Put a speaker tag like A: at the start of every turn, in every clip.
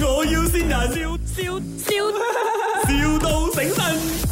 A: 要先人，笑笑笑，,笑到醒神。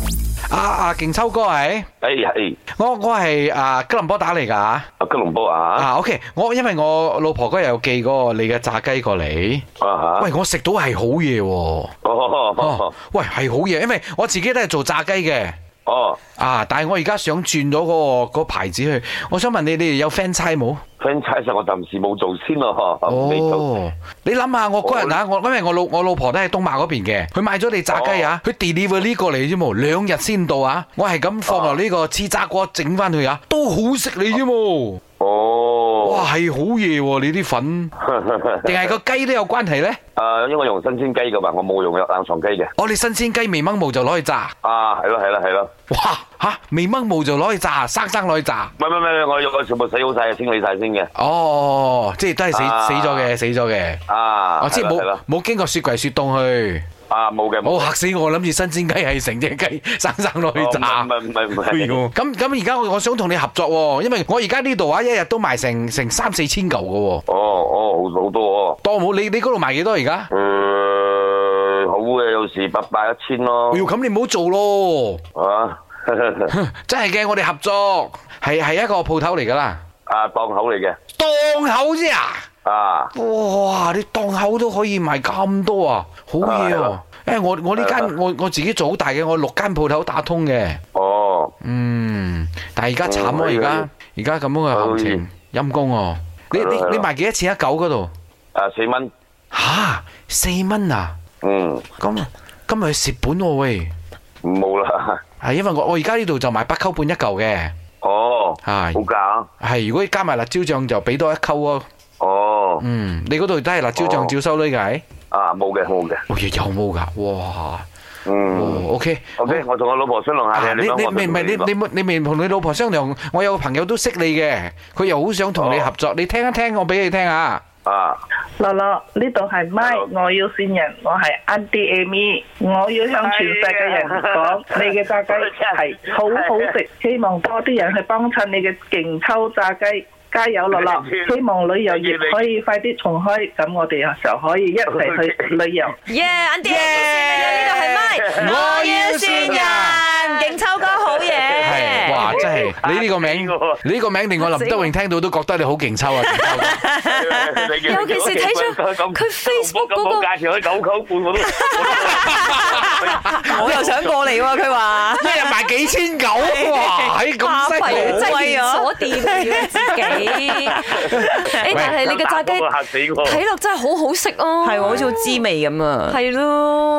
B: 啊啊，勁秋哥係，
C: 哎係
B: 我我係啊吉隆坡打嚟㗎啊
C: 啊吉隆坡啊
B: 啊，OK，我因為我老婆嗰日有寄嗰個你嘅炸雞過嚟，
C: 啊
B: 喂，我食到係好嘢喎，
C: 哦
B: 哦，喂係好嘢，因為我自己都係做炸雞嘅。
C: 哦
B: 啊！但係我而家想轉咗嗰個嗰個牌子去，我想問你，你哋有 friend 差冇？
C: franchise 我暫時冇做先咯，未做
B: 哦，你諗下我嗰日啊，我因為我老我老婆都喺東馬嗰邊嘅，佢買咗你炸雞
C: 哦
B: 啊，佢 deliver 呢個嚟啫冇，兩日先到啊，我係咁放
C: 哦
B: 落呢個黐炸鍋整翻佢啊，都好食你啫冇，哇
C: 哦，
B: 係好嘢喎！你啲粉定係個雞都有關係呢？
C: 誒因為用新鮮雞嘅嘛，我冇用冷藏雞嘅，
B: 我哋新鮮雞未掹毛就攞去炸，
C: 啊係咯係咯係咯，
B: 哇吓未掹毛就攞去炸，生生攞去炸。
C: 唔係唔係唔係，我用我全部洗好晒，清理晒先嘅，
B: 哦，即係都係死
C: 啊
B: 死咗嘅，死咗嘅。
C: 啊，
B: 我知
C: 係咯係
B: 冇
C: 咯
B: 冇經過雪櫃雪凍去，
C: 啊冇嘅，
B: 我嚇死我，諗住新鮮雞係成隻雞生生落去炸
C: 哦唔。係唔係唔
B: 哎
C: 係，
B: 呦咁咁而家我我想同你合作喎，因為我而家呢度啊，一日都賣成成三四千嚿嘅喎，
C: 哦哦好好多哦，
B: 多冇？你你嗰度賣幾多而家？
C: 誒好嘅，有時八百一千咯
B: 哎，呦，咁你唔好做咯，
C: 啊
B: 真係嘅，我哋合作係係一個鋪頭嚟㗎啦，
C: 啊檔口嚟嘅，
B: 檔口啫啊！
C: 啊
B: 哇！你檔口都可以賣咁多啊，好嘢
C: 係
B: 喎
C: 啦！
B: 誒，我我呢
C: 係啊
B: 間我我自己做好大嘅，我六間鋪頭打通嘅。
C: 哦。
B: 嗯，但係而家慘啊！
C: 哦
B: 而
C: 係
B: 家
C: 啊
B: 而家咁樣嘅行情，陰公哦！你
C: 係
B: 你
C: 咯係咯
B: 你賣幾多錢一狗嗰度？
C: 啊，四蚊，
B: 吓，四蚊啊！
C: 嗯，
B: 咁今日蝕本喎喂，
C: 冇啦，
B: 係因為我我而家呢度就賣八溝半一嚿嘅，
C: 哦，
B: 係
C: 好價，
B: 係如果加埋辣椒醬就俾多一溝咯。
C: 哦，
B: 嗯，你嗰度都係辣椒醬
C: 哦
B: 照收呢㗎？
C: 啊，冇嘅，冇嘅，
B: 哦，有冇㗎？哇！
C: 嗯
B: 哦，OK。
C: Ừ.
B: À,
C: ，OK，我同我老婆商量
B: 啊
C: 下
B: 你
C: 你，
B: 你
C: 幫我
B: 你唔係
C: 同
B: 你你冇你未同你老婆商量，我有個朋友都識你嘅，佢又好想同你
C: 哦
B: 合作，你聽一聽我俾你聽啊。
C: 啊，
D: 樂樂，呢度係
C: Hello
D: Mike，我要線人，我係 Andy Amy，我要向全世界人講， 你嘅炸雞啊係啊好好食，希望多啲人去幫襯你嘅勁抽炸雞，加油樂樂！希望旅遊業可以快啲重開，咁我哋啊就可以一齊去旅遊。
E: Yeah，Andy，呢度係咪？
B: 我要
E: 選
B: 善人
E: 勁秋哥好嘢。
B: 係，哇！真係你呢個名
C: 嚇死我，
B: 你呢個名令我林德榮聽到都覺得你好勁抽啊！勁抽
E: 尤
C: 尤
E: 其是睇出佢 Facebook 嗰個
C: 價錢可以九九半，我都
F: 我又想過嚟喎，佢話。
B: 一日賣幾千九，哇！喺咁犀
E: 真
B: 利，
E: 係 連鎖店以為自己。誒，但係你嘅炸雞
C: 嚇死我，
E: 睇落真係好好食哦。
F: 係喎，好似好滋味咁啊！
E: 係 咯。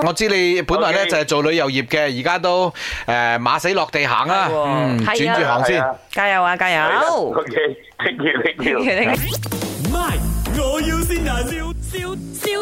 B: 我知你本來咧
C: OK
B: 就係做旅遊業嘅，而家都誒馬死落地行啦，
F: 係喎
B: 嗯，
E: 係啊
B: 轉住行先。
F: 加油啊，加油！
C: ，OK，thank you，thank you。
A: My，我要先人，笑笑笑，